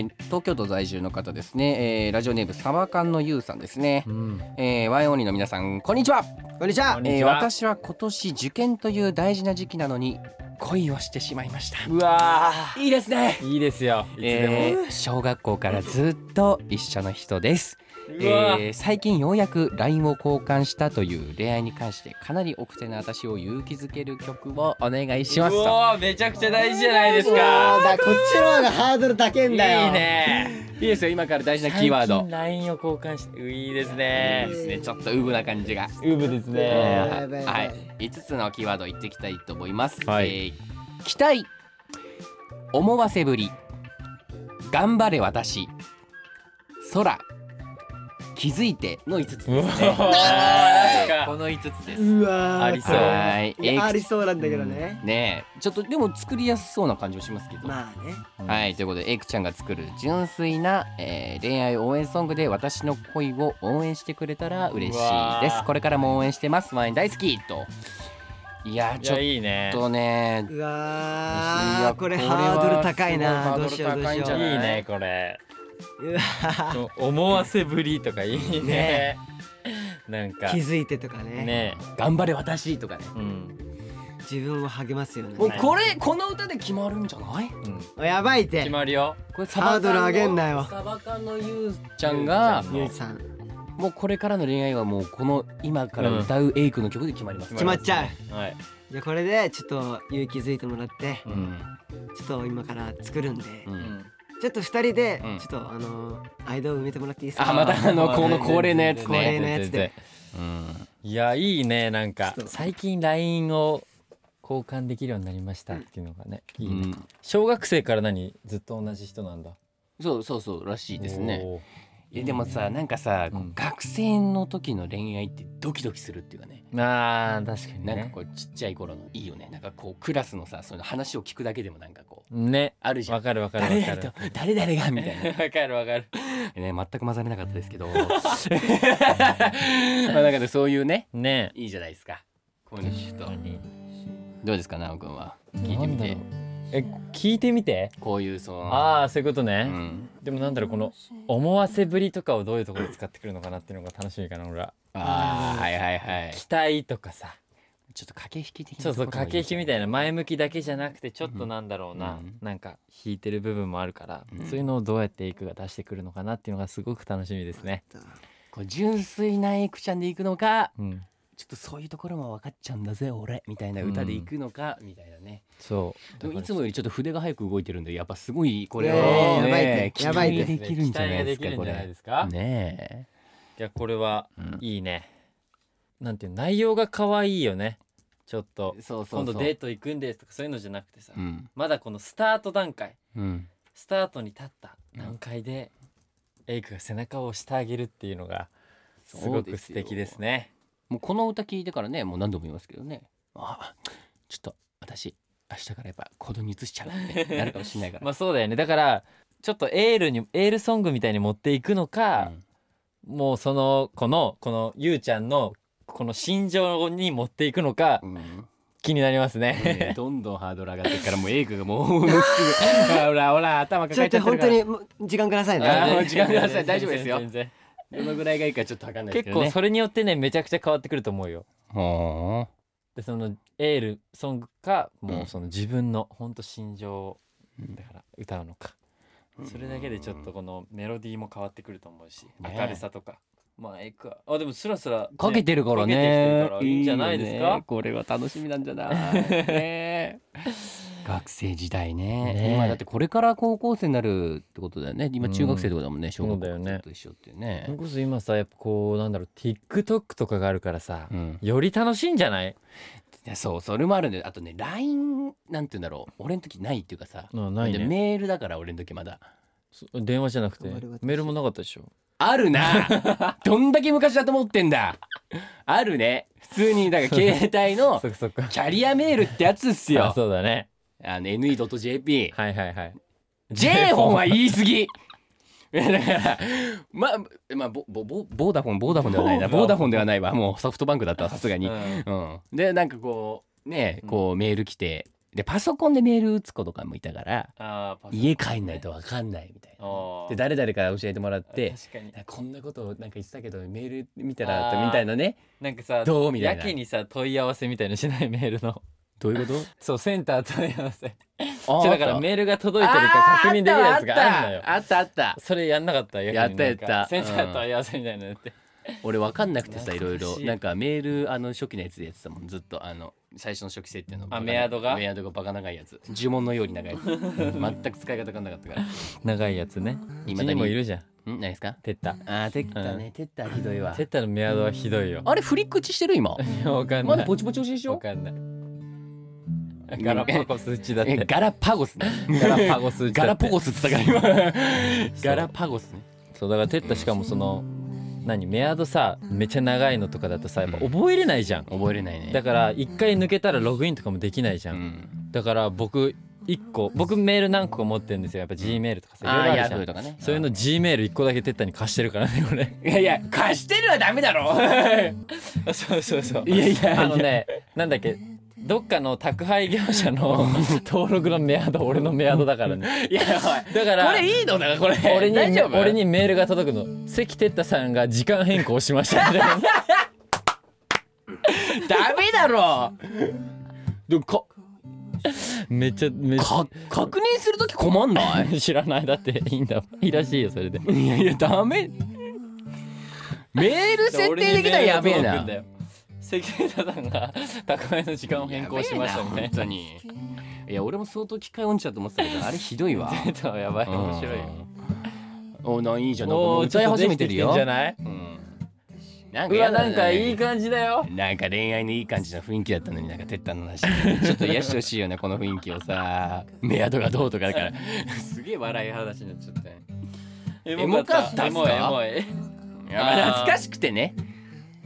C: ー東京都在住の方ですね、えー、ラジオネームサバ缶のゆうさんですね、
A: うん。
C: えー、ワイオンリーの皆さんこんにちは
B: こんにちは
A: こんに
C: え
A: ち
C: ー、
A: は
C: 私は今年受験という大事な時期なのに恋をしてしまいました
A: うわ
C: いいですね
A: ーいいですよ。いつでも。
C: えー小学校からずっと一緒の人です、
A: うわ
C: えー最近ようやく LINE を交換したという恋愛に関してかなり奥手な私を勇気づける曲をお願いしま
A: う
C: すと
A: わめちゃくちゃ大事じゃないです
B: あー
A: か
B: だこっちの方がハードル高い
A: い
B: ん
A: い
B: だよ
A: ね
C: いいですよ今から大事なキーワー
A: 最
C: ド
A: 近 LINE を交換してういいですね
C: いいですねちょっとウブな感じが
A: ウブですね
B: やばいやばいやば
C: はいい5つのキーワード言っていきたいと思います、
A: はい
C: えー期待思わせぶり頑張れ私空気づいての5つです
A: うわ
C: ね
A: なん
C: はいこ
A: か
C: の5つです
B: うわー
A: ありそう
C: はい
B: いや
C: えー
B: ありそうなんだけどね、
C: ねえちょっとでも作りやすそうな感じもしますけど、
B: まあね
C: はいということでエイクちゃんが作る純粋な、えー恋愛応援ソングで私の恋を応援してくれたら嬉しいで
A: うわ
C: す
A: ー
C: これからも応援してますワイン大好きといやー
A: い
C: ちょ
A: や
C: っ
A: いいね
C: とね
B: う
C: い
B: わ
C: や
B: ーこれ
C: これは
B: ハードル高い
C: すごいハー
B: な
C: ド
B: ど
C: ル
B: うしようどう
C: 高い
B: し
C: ん
B: よ
C: じ
A: い
C: ゃ
A: い
C: ない
A: ねこれ
B: ううわー
A: *laughs* 思わせぶりとかいいね *laughs* なんか
B: 気づいてとかね
A: ね
C: 頑張れ私とかね。
A: うん、
B: 自分を励ますよね
C: もうこれこの歌で決まるんじゃない？
A: うん、
B: やばいって
A: 決まるよ
C: これサ
B: ハードル上げん
C: な。
B: なよ
C: サバ缶のゆうちゃんが
B: ゆうさん
C: もうこれからの恋愛はもうこの今から歌うエイクの曲で決まります。
B: 決まっちゃう
A: はい
B: じゃあこれでちょっと勇気づいてもらって
A: う
C: うん
B: ちょっと今から作るんで
C: う。
A: うんん
B: ちょっと二人で
C: うん
B: ちょっとあのー間を埋めてもらっていいですか
C: あまたあの
A: まあ
C: この恒例のやつ
B: 恒例
C: ね。
B: のやつで
C: うん。
A: いやいいねなんか
B: ちょっと
A: 最近 LINE を交換できるようになりましたっていうのがねいいね、
C: うん
A: 小学生から何ずっと同じ人なんだ
C: そうそうそうらしいですね。
A: おー
C: いやでもさなんかさ、
A: うん
C: 学生の時の恋愛ってドキドキするっていうかね。
A: あー確かにね
C: なんかこうちっちゃい頃のいいよね。なんかこうクラスのさその話を聞くだけでもなんかこう
A: ね
C: あるじゃん
A: わ。かるわかるわ
C: 誰
A: か
C: 々
A: る
C: と誰々がみた
A: *laughs*
C: いな
A: わかるわかる
C: ね全く混ざれなかっ
A: *laughs*
C: たですけどまあなんかでそういうね
A: ね
C: いいじゃないですかこういうの聞くと
A: に
C: どうですか奈く君は聞い
A: 聞
C: て
A: いて
C: み
A: みて
C: て
A: え聞いてみて
C: こういうその
A: ああそういうこと
C: う
A: ね、
C: ん
A: でもなんだろうこの思わせぶりとかをどういうところで使ってくるのかなっていうのが楽しみかな俺は
C: あーはいはいはい
A: 期待とかさ
C: ちょっと駆け引き的な
A: そうそう駆け引きみた
C: い
A: いな前向きだけじゃなくてちょっとなんだろうな、
C: うん
A: なんか引いてる部分もあるから、
C: うん
A: そういうのをどうやってエイクが出してくるのかなっていうのがすごく楽しみですね。
C: こう純粋なエクちゃんでいくのか
A: うん、
C: ちょっとそういうところも分かっちゃうんだぜ俺みたいな歌でいくのか、みたいなね
A: そう
C: でもいつもよりちょっと筆が早く動いてるんでやっぱすごいこれを、
B: ねえ
C: ね
B: やばいって
C: 期待できるんじゃないです
A: 期待ができ
C: か
A: るん
C: こ
A: じゃない
C: れ
A: ですか
C: ね
A: いやこれは
C: え、うん
A: いいね。なんていうの内容が可愛いよねちょっと
C: そうそうそう
A: 今度デート行くんですとかそういうのじゃなくてさ、
C: うん
A: まだこのスタート段階
C: うん
A: スタートに立った段階で、エイクが背中を押してあげるっていうのがすごく素敵ですね。
C: もうこの歌聞いてからねもう何度も言いますけどねあちょっと私明日からやっぱ行動に移しちゃうってなるかもしれないか
A: *laughs*
C: ら、
A: まあそうだよねだからちょっとエールにエールソングみたいに持っていくのか、もうその子のこのゆうちゃんのこの心情に持っていくのか
C: うんうん
A: 気になります
C: ね
A: *laughs* ね。
C: どんどんハードル上がってっからもうエイクがもう *laughs* もうすぐほらほら頭
B: ちょ
C: 抱
B: っ
C: えちゃ
B: と
C: っ
B: 本当
C: てるから
B: にもう時間くださ
A: *laughs*
B: い
C: あー
B: ね
C: もう時間ください大丈夫ですよ
A: 全然
C: どのぐらいがいいかちょっとわかんないですけ
A: 結
C: どね
A: 構それによってねめちゃくちゃ変わってくると思うよ。
C: ほ
A: でそのエールソングかも
C: う
A: うんその自分のほんと心情を
C: うん
A: だから歌うのか、
C: うん
A: それだけでちょっとこのメロディーも変わってくると思うし、
C: ね
A: 明るさとかまあエイクはあでもスラスラね
C: うかけてるからね
A: かけてきてるからいいんじゃないです
C: よ
A: か
C: ねこれは楽しみなんじゃない、ね学生時代ね
A: ね
C: 今だってこれから高校生になるってことだよね今中学生とかだもんね、小学
A: そうだよね
C: 生と一緒っていうね
A: それこそ今さやっぱこうなんだろう TikTok とかがあるからさ、
C: うん
A: より楽しいんじゃない、
C: いやそうそれもあるんだよあとね LINE なんて言うんだろう俺の時ないっていうかさ
A: うんないね
C: でメールだから俺の時まだ
A: そ電話じゃなくて
B: 我々私
A: メールもなかったでしょ
C: ある *laughs* などんだけ昔だと思ってんだあるね普通にだから携帯の
A: そっかそっか
C: キャリアメールってやつっす
A: あ
C: よ
A: そうだね
C: あの *laughs* NE.jp
A: はいはい *laughs* はい
C: J 本は言い過ぎいや *laughs* だからまあまあボボボボーダフォンボーダフォンではないなボーダフォンではないわもうソフトバンクだったわさすがに
A: うん
C: うん、でなんかこうねこうメール来てでパソコンでメール打つ子とかもいたから
A: あーパソコン
C: 家帰んないとわかんないみたいな。
A: あー
C: で誰々から教えてもらって
A: 確かに
C: こんなことなんか言ってたけどメール見たら
A: あー
C: みたいなね
A: なんかさ
C: どうみたいな
A: やけにさ問い合わせみたいのしないメールの
C: どういうこと
A: そうセンター問い合わせ
C: *laughs* あ
A: ちょだからメールが届いてるか確認できるやつがあるのよ
C: あったあったあったあった
A: それやんなかった逆に
C: やったやった
A: なんか
C: う
A: 先
C: ん
A: 生と合わせみたいなのやって、
C: 俺わかんなくてさいろ
A: 懐
C: い
A: かしい
C: ろなんかメールあの初期のやつでやってたもんずっとあの最初の初期設定のバカな
A: メアドが
C: メアドがバカ長いやつ呪文のように長いやつ全く使い方がなかったから
A: 長いやつねう
C: 未
A: ち
C: だに
A: にもいるじゃん
C: ん何ですか
A: テッタ
C: あーテッタねテッタひどいわ
A: テッタのメアドはひどいよ
C: あれ振り口してる今
A: いやわかんな
C: ま
A: い
C: だポチポチ押しでし
A: わ
C: ょ
A: かんないガラパゴスうちだっ
C: え
A: て
C: ガラパゴスね
A: ガラパゴスうちだ
C: ガ
A: って
C: ラポゴスっつったから今ガラパゴスね
A: そうだからテッタしかもその何メアドさめっちゃ長いのとかだとさやっぱ覚えれないじゃん
C: 覚えれないね
A: だから一回抜けたらログインとかもできないじゃ
C: うんん
A: だから僕一個僕メール何個か持ってるんですよやっぱ G メールとかさい
C: あ
A: ろい
C: ー
A: ろあ
C: ヤ
A: る
C: フ
A: じゃ
C: ー
A: ん
C: とかね
A: そういうの G メール一個だけテッタに貸してるからね俺
C: いやいや貸してるはダメだろ *laughs*
A: そうそうそう
C: いやいや
A: あのねなんだっけどっかの宅配業者の登録のメアド俺のメアドだからね
C: いやおい
A: だから
C: これいいのだからこれ
A: 俺に
C: 大丈夫
A: 俺にメールが届くの関哲太さんが時間変更しましたみた *laughs* いな
C: ダメだろでか
A: めっちゃめっち
C: か確認するとき困んな
A: ゃ知らないだっていいんだいいらしいよそれで
C: いいやいやダメメール設定できたらやべえな
A: 関哲太さんが宅配の時間を変更しましたみたい
C: 本当にいや俺も相当機械音痴だと思ってたけどあれひどいわ
A: なやばい *laughs* 面白いよ
C: うんおないいじゃんなんかも
A: お
C: う
A: ーち
C: 歌
A: ょ
C: い
A: っと
C: 始
A: で
C: め
A: き
C: て
A: てき
C: る
A: てん
C: よ
A: じゃない
C: うんなん
A: う
C: か
A: わ
C: やだ
A: なんかいい感じだよ
C: *laughs* なんか恋愛のいい感じの雰囲気だったのになんか鉄板の話ちょっと癒してほしいよねこの雰囲気を *laughs* さメアドがどうとかだからすげえ笑い話になっちゃったね
A: エ
C: モかった
A: エモいエモい
C: いや
A: あ
C: まあ
A: ー
C: 懐かしくてね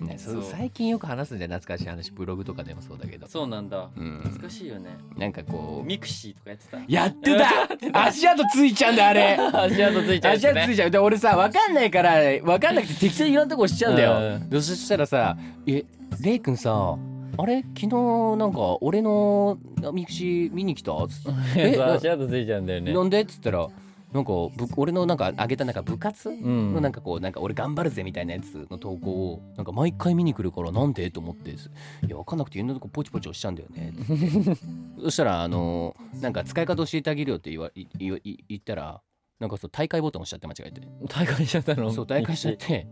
C: ねそう
A: そう
C: 最近よく話すんだよ懐かしい話ブログとかでもそうだけ
A: *laughs*
C: ど
A: そうなんだ
C: うん
A: 懐かしいよね
C: なんかこう
A: ミクシーとかやってた
C: やってた *laughs* 足跡ついちゃうんだあれ
A: 足跡ついちゃうや
C: 足
A: つ
C: 跡つ
A: ね
C: いちゃうで俺さ分かんないから分かんなくて適当にいろんなとこ押しちゃうんだよ
A: う
C: でそしたらさ「えレイくんさあれ昨日なんか俺のミクシー見に来た?」つって「
A: *laughs*
C: え
A: そう
C: な
A: 足跡ついちゃうんだよね
C: なんで?」っつったら「なんかぶ俺のなんかあげたなんか部活
A: ん
C: のなんかこうなんか俺頑張るぜみたいなやつの投稿をなんか毎回見に来るからなんでと思って「いや分かんなくていろんなとこポチポチ押しちゃうんだよ *laughs* ね」つってそしたらあのなんか使い方教えてあげるよって言わいいい言ったらなんかそう大会ボタン押しちゃって間違えて。
A: 大会しちゃったの
C: そう大会しちゃって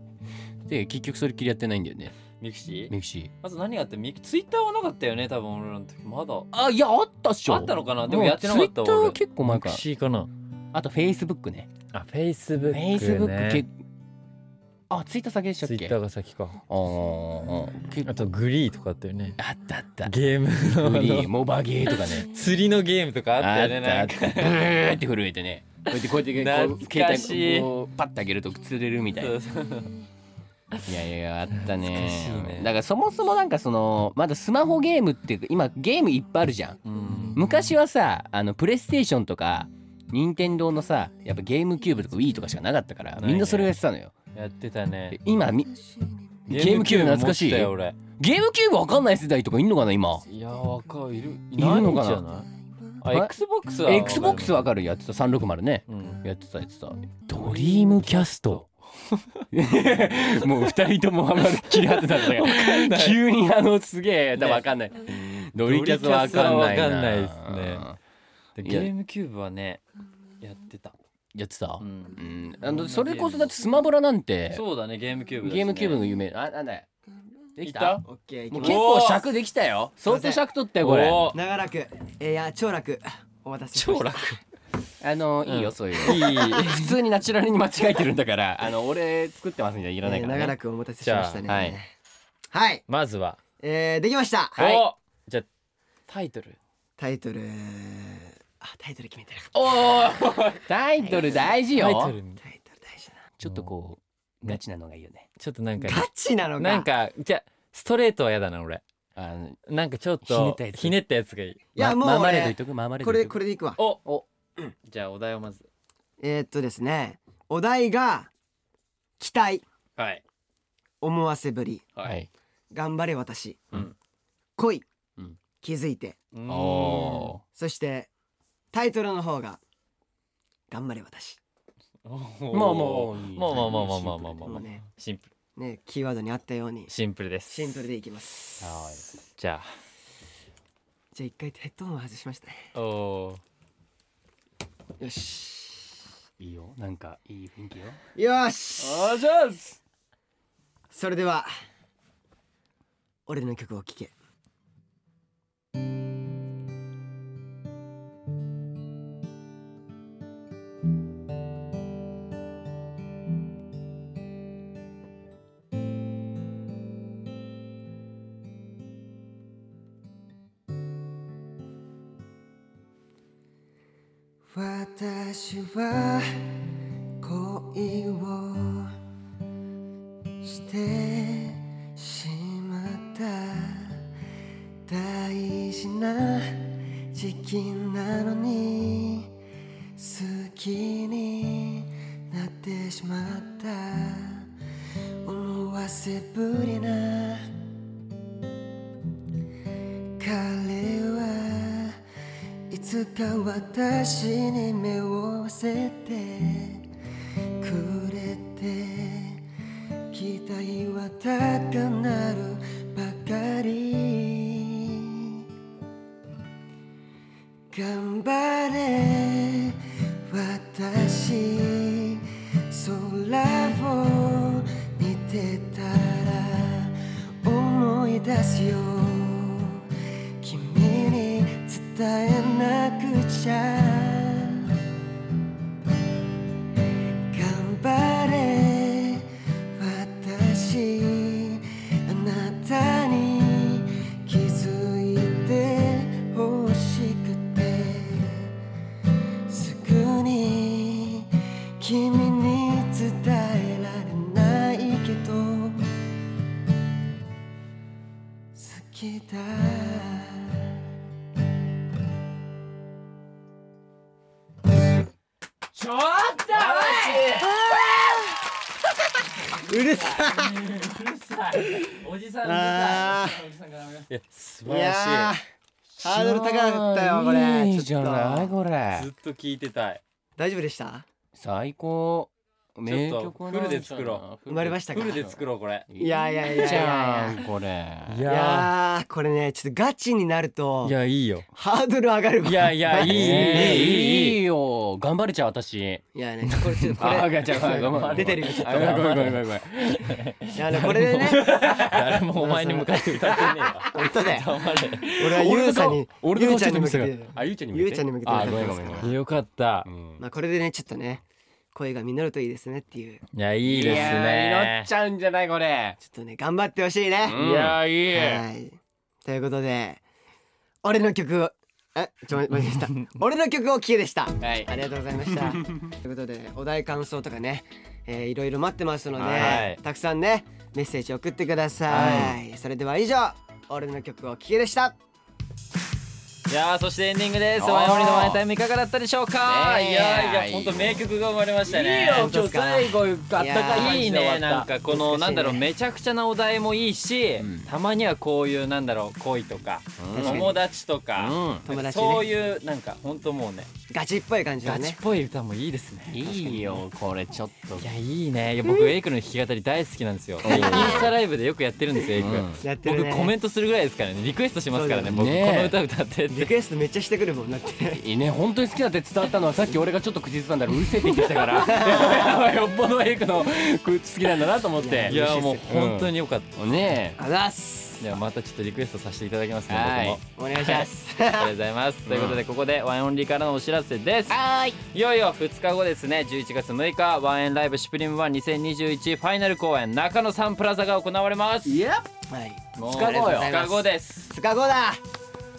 C: で結局それっきりやってないんだよね
A: ミクシー
C: ミクシー
A: あと何があったミクツイッターはなかったよね多分俺らの時まだ
C: あいやあったっしょ
A: あったのかなでもやってなかった
C: ツイッターは
A: 俺
C: 結構前
A: ミ
C: か
A: ク
C: ら
A: シーかな
C: あとフェイスブックね
A: あフェイスブック
C: フェイスブック
A: ね
C: けあツイッター先でしたっ
A: ツイ
C: け
A: ッターが先か
C: あーけ
A: あとグリーとかあったよね
C: あったあった
A: ゲームの
C: フリ
A: あ
C: ー
A: の
C: モバゲーとかね
A: 釣りのゲームとかあったよね
C: あ
A: な
C: っ
A: んか
C: たあったブーって震えてねこうやってこうやってこう
A: 懐かしい
C: 携帯こうパッて開けると釣れるみたいな
A: そうそう
C: いやいやいやあった
A: 懐
C: ね
A: かしいね
C: だからそもそもなんかそのまだスマホゲームっていうか今ゲームいっぱいあるじゃん
A: うん
C: 昔はさあのプレイステーションとか任天堂のさやっぱゲームキューブとか Wii とかしかなかったから
A: ないね
C: みんなそれをやってたのよ、
A: やってたね
C: 今みゲームキューブ懐かしい
A: ゲー
C: ゲー
A: ムキューブ持ってたよ
C: ムキューブわかんない世代とかいんのかな今
A: 俺いやわかるいるい
C: いるのかな
A: じゃないあ
C: あ
A: XBOX は
C: XBOX わかるやってた360ね
A: うん
C: やってたやってたドリームキャスト *laughs* もう二人ともあまり切り張ってたんだよ急にあのすげえだ
A: ね
C: わかんない、ドリキャスわかんない
A: ドリキャスはわか
C: な
A: んないですねでゲームキューブはねやってた
C: やってた、
A: う
C: うん
A: ん
C: あのそれこそだってスマブラなんて
A: そうだねゲームキューブだしね
C: ゲームキューブの有名あなんだよでき
A: い
C: た
A: た
B: オッケーい
C: も
B: きま
C: う結
B: す
C: 構尺できたよ相当尺取ったよこれ
A: おー
B: 長楽えーいや長楽お待たせしま
A: 超
B: した
A: 楽
C: *laughs* あのいいよ、
A: うん
C: そういうの普通にナチュラルに間違えてるんだからあの俺作ってますみたいないらない
B: えー
C: から、ね
B: 長らくお待たせしましたね
A: じ
C: ゃあはい
B: はい
A: まずは
B: えーできました
A: おーじゃあタイトル
B: タイトルあタイトル決めてなかっ
A: おお
C: タイトル大事よ
B: たタイトル大事だな
C: ちょっとこうガチなのがいいよね
A: ちょっとなんか
B: ガチなのか
A: なんかじゃあストレートは嫌だな俺
C: あの
A: なんかちょっ
C: ひね
A: と
C: ったやつ
A: ひねったやつがいい
B: いや
C: ま
B: もう
C: マーマレード言
B: 俺
C: っとくマーマレー
B: こ
C: ド言
B: れ
C: っと
B: これでいくわ
A: おおじゃあお題をまず
B: えーっとですねお題が期待
A: はい
B: 思わせぶり
C: くはい
B: 頑張れ私、
A: うん
B: 恋、
C: うん
B: 気づいて
A: お
C: おー
B: そしてタイトルの方が頑張れ私
A: ー
C: まあまあいい
A: まあまあまあまあまあまあまあ
B: もうね
A: シンプル
B: ねキーワードにあったように
A: シンプルです
B: シンプルでいきます
C: は
A: じゃ
B: じゃあ一回ヘッドホンを外しましたね
A: あおー
B: よし
C: いいよなんかいい雰囲気よ
B: よし
C: あじゃあす
B: それでは俺の曲を聴け私は恋をしてしまった大事な時期なのに好きになってしまった思わせぶりな彼はいつか私に目を合わせてくれて期待は高なるばかり頑張れ私空を見てたら思い出すよ君に伝えなくちゃ頑張れ私あなたに気づいてほしくてすぐに君に伝えられないけど好きだ
A: ちょっと
B: うるさ
A: うるさいおじさんうる
B: あ
A: さいおじさんがダメ
C: 素
B: いいやーハードル高かったよこれ
C: いいじゃ
B: ち
C: ない
B: ょっと
C: これ
A: ずっと聞いてたい
B: 大丈夫でした
C: 最高名
A: ちょっと
C: 曲なんじゃない
A: フルで作ろ
B: 生まれましたか
A: フルで作ろうこれ
B: いやいやいやいやいや
C: じゃんこれ
B: いやーこれねちょっとガチになると
A: やいいよ
B: ハードル上がるわ
A: いやいやいいい
C: えー
A: いいいい
C: いいよ頑張れちゃう私
B: いやねこれちょっとこ
C: あ
B: れ
C: ガチャごめんごめん
B: 出てるよちょっ
C: あごめんごめんごめんごめんごめん
B: といやねこれでね
A: 誰もお前に向かって歌ってねえわ
B: 本当だよ
A: 黙れ
B: 俺はゆうさんに
C: 俺
B: ゆ
C: の
B: う
C: 顔
B: ち
C: し
B: ゃ
C: て
B: んに向
C: る
B: けて
C: 店があゆうちゃんに
B: ゆうちゃんに向けて
C: あ
B: 歌
C: ご
B: って
C: め
B: ま
C: ん
B: す
C: ごめ
B: か
C: んご
B: ら
C: めん
A: よかった
C: うん
B: まあこれでねちょっとね声が実るといいですねっていう
A: いやいいです
C: やー祈
A: ね
C: っちゃうんじゃないこれ
B: ちょっとね頑張ってほしいね
C: うん
A: ーい
B: はいということで俺の曲をあちょ間違えた俺の曲を聴けでした
C: はい
B: ありがとうございましたということでお題感想とかね、えー、いろいろ待ってますので、
A: はい
B: たくさんねメッセージ送ってください、それでは以上俺の曲を聴けでした
A: いやーそしてエンディングです
C: あー
A: ワイオリのワイタイムいかがだったでしょうか
C: ねえ
A: いやいや本当名曲が生まれましたね
B: 本当ですか
C: 後あった
B: や
A: いいねなんかこの
B: 難しいね
A: なんだろうめちゃくちゃなお題もいいし、たまにはこういうなんだろう恋とか、
B: 確かに
A: 友達とか、
B: うん友達ね
A: そういうなんか本当もうね
B: ガチっぽい感じの
A: ガチっ
B: ね
A: ぽい歌もいいですね
C: いいよこれちょっと
A: いやいいねいや僕エイクの弾き語り大好きなんですよインスタライブでよくやってるんですよエイク、
C: うん
B: やってる
A: 僕
B: ね
A: コメントするぐらいですからねリクエストしますからね
B: そう
C: だ
A: 僕
C: よね
A: この歌歌
B: *laughs*
A: ってっ
B: リ
A: て
B: クエストめっちゃしてくるもんだって
C: いいね本当に好きだって伝わったのはさっき俺がちょっと口ずさんだらうるせえって言ってきたから
A: *laughs*
C: よっぽどエイクの口好きなんだなと思って
A: いやもう
C: うん
A: 本当によかった、
C: ね
B: あざっす
A: ではまたちょっとリクエストさせていただきますね
C: は
A: 僕
C: い
A: も
B: お願いします
A: *laughs* ありがとうございます、ということでここでワンオンリーからのお知らせです
C: はい
A: いよいよ2日後ですね11月6日ワンエンライブシュプリームワン2021ファイナル公演中野サンプラザが行われます
C: いや
B: はい
A: もう
C: 二日後よ
A: 二日後です
B: スカゴだ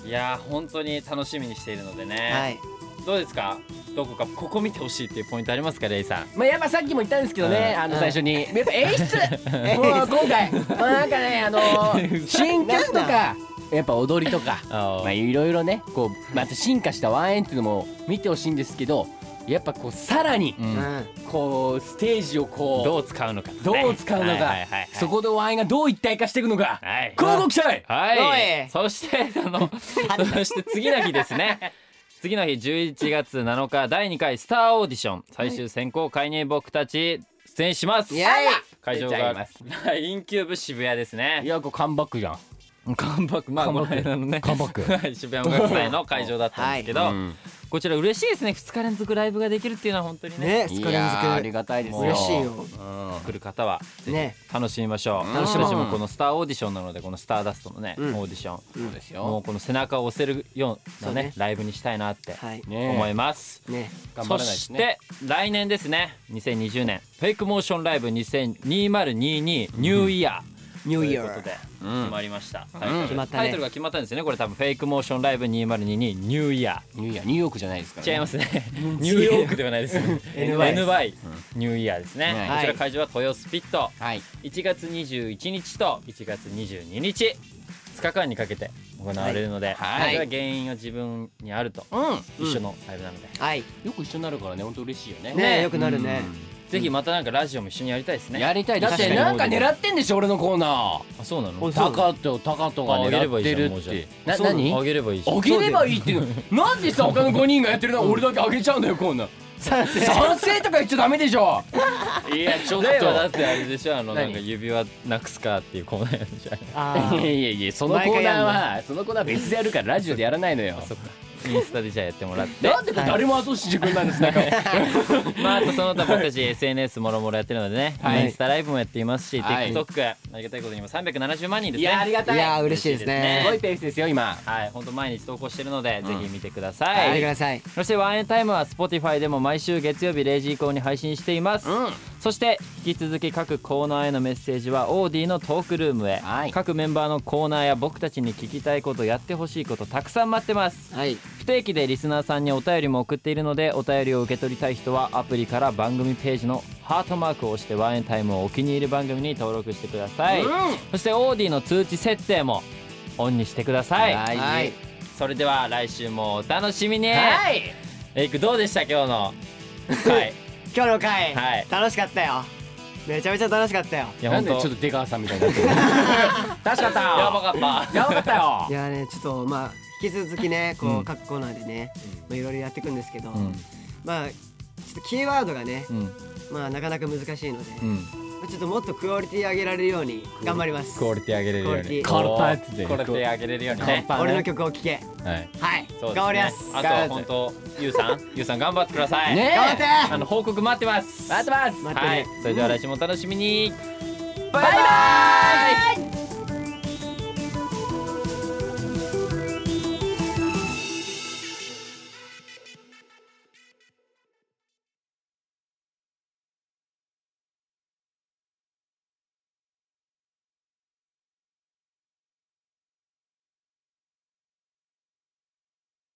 A: いやー本当に楽しみにしているのでね、
B: はい
A: どうですかどこかここ見てほしいっていうポイントありますかレイさん
C: まあやっぱさっきも言ったんですけどね、あの最初に、やっぱ演出 *laughs* もう今回まあなんかねあのー *laughs* 新曲とかやっぱ踊りとか
A: あー
C: まあいろいろねこうまた進化したワンエンっていうのも見てほしいんですけどやっぱこうさらに
B: うん
C: こうステージを
A: どう
C: こ
A: 使うのか、ね
C: うどう使うの
A: はい
C: か
A: はいはいはい
C: そこでワンエンがどう一体化していくのか
A: はい
C: こうご期待
A: はい
B: おい
A: そしてあのそして次の日ですね次の日11月7日第2回スターオーディション最終選考会に僕たち出演します
B: イエーイ
A: 会場
C: 出ちゃ
A: が
C: い
A: *laughs*
C: ます
A: ラインキューブ渋谷です
C: い
A: ね
C: やこうカムバックじゃん
A: カンバックまあこの間のね *laughs*
C: カムバック
A: はい渋谷音楽祭の会場だったんですけど、
C: うん
A: こちら嬉しいですね2日連続ライブができるっていうのは本当にね
B: ね、ス
C: い
B: カレ
C: やーあ
B: ン
C: り
B: ズ
C: がたいですよ
B: 嬉しいよ
C: う
A: 来る方は
B: くね、
A: 楽しみましょう、
C: うん
A: 私たちもこのスターオーディションなのでこのスターダストのね、
B: うん
A: オーディション
C: んそうです
A: もう
C: よ
A: この背中を押せるような
B: そう
A: ね
B: ね
A: ライブにしたいなって
B: はい、
C: ね
A: 思います、
B: ね、
C: 頑張
A: そ
C: らないで
A: し
C: す
A: て、
C: ね
A: 来年ですね2020年フェイクモーションライブ2022ニューイヤー
B: ニュ
A: と
B: ーイ
A: い
B: ヤ
A: うこと
B: ー
A: で、決まりました、タイトル
B: 決まったね
A: タイトルが決まったんですねこれ多分フェイクモーションライブ2022ニューイヤー
C: ニューイヤーニューヨークじゃないですからね
A: 違いますね。 *laughs* ニューヨークではないで
B: *laughs*
A: す、ね。
B: NY
A: NY ニューイヤーですね。
C: はい
A: こちら会場は豊洲ピット。
C: はい
A: 1月21日と1月22日2日間にかけて行われるので、
C: はい
A: これは原因は自分にあると、
C: うん
A: 一緒のライブなので、
B: はい、
C: よく一緒になるからね本当嬉しいよね
B: ねよくなるね、
A: ぜひまたなんかラジオも一緒にやりたいですね。
C: やりたいだっ
A: 確
C: て
A: に
C: なんか狙ってんでしょ俺のコーナー
A: あそうなの
B: おそう
C: タカトタカトが
A: あげればい
C: 狙
A: い
C: っ
A: じ
C: て
A: ゃん
C: る
A: もう
C: っ
A: じゃあ
C: てな
A: そうなの
C: 何
A: あげればいいじゃん
C: あげればいいっていうのなんでさ他の5人がやってるのは俺だけあげちゃうんだよこんなん
B: 賛成
C: 賛成とか言っちゃダメでしょ
A: いやちょ
C: っと
A: 例はだってあれでしょあの
C: 何
A: なんか指輪なくすかっていうコーナーやるじゃん
B: あ
A: *laughs*
B: ー
C: *laughs* いやいやそのコーナーはそのコーナー別でやるからラジオでやらないのよ
A: そっかインスタでじゃあやってもらって
C: なんでか誰も後押ししてくれないんですね
A: *laughs* まあ、あとその他僕たち SNS もろもろやってるのでね、
C: はい
A: インスタライブもやっていますし、
C: はい
A: TikTok ありがたいことにも370万人ですね
C: *laughs* いやありがたい
B: いやー嬉しいです
A: 嬉
B: ね
A: し
C: すごいペースですよ今
A: はい本当毎日投稿してるので、ぜひ見てください、
B: 見てください
A: そしてワンエンタイムは Spotify でも毎週月曜日0時以降に配信しています、そして引き続き各コーナーへのメッセージはオーディのトークルームへ、
C: はい
A: 各メンバーのコーナーや僕たちに聞きたいことやってほしいことたくさん待ってます
B: はい
A: 不定期でリスナーさんにお便りも送っているのでお便りを受け取りたい人はアプリから番組ページのハートマークを押してワンエンタイムをお気に入り番組に登録してください、そしてオーディの通知設定もオンにしてください、
C: はい
B: はい
A: それでは来週もお楽しみに、
C: はい
A: エイクどうでした今日のはい
B: 今日の回、
A: はい
B: 楽しかったよめちゃめちゃ楽しかったよ
A: いや
C: なん
A: 本
C: でち
A: 当
C: ょっと出川さんみたいにな *laughs* ってる楽しかった
A: やばかった
C: やばかったよ
B: いやねちょっとまあ引き続きねこう、
A: うん
B: 各コーナーでね、まあ、いろいろやっていくんですけど、
A: うん
B: まあちょっとキーワードがね、
A: うん
B: まあなかなか難しいので、
A: うん
B: まあちょっともっとクオリティ上げられるように頑張ります
A: クオリティ上げれるように
B: クオ
C: リティ
A: おー
C: カルパッチで
A: クオリティ上げれるようにね
B: 俺の曲を聴け
A: はい
B: はい、
A: そうですね
B: 頑張ります
A: あとは本当ゆうさんゆうさん頑張ってください
C: ねえ
B: 頑張って
A: あの報告待ってます。
C: 待ってます
B: 待って
A: はい
B: ね、
A: それでは来週もお楽しみに。
B: バイバイ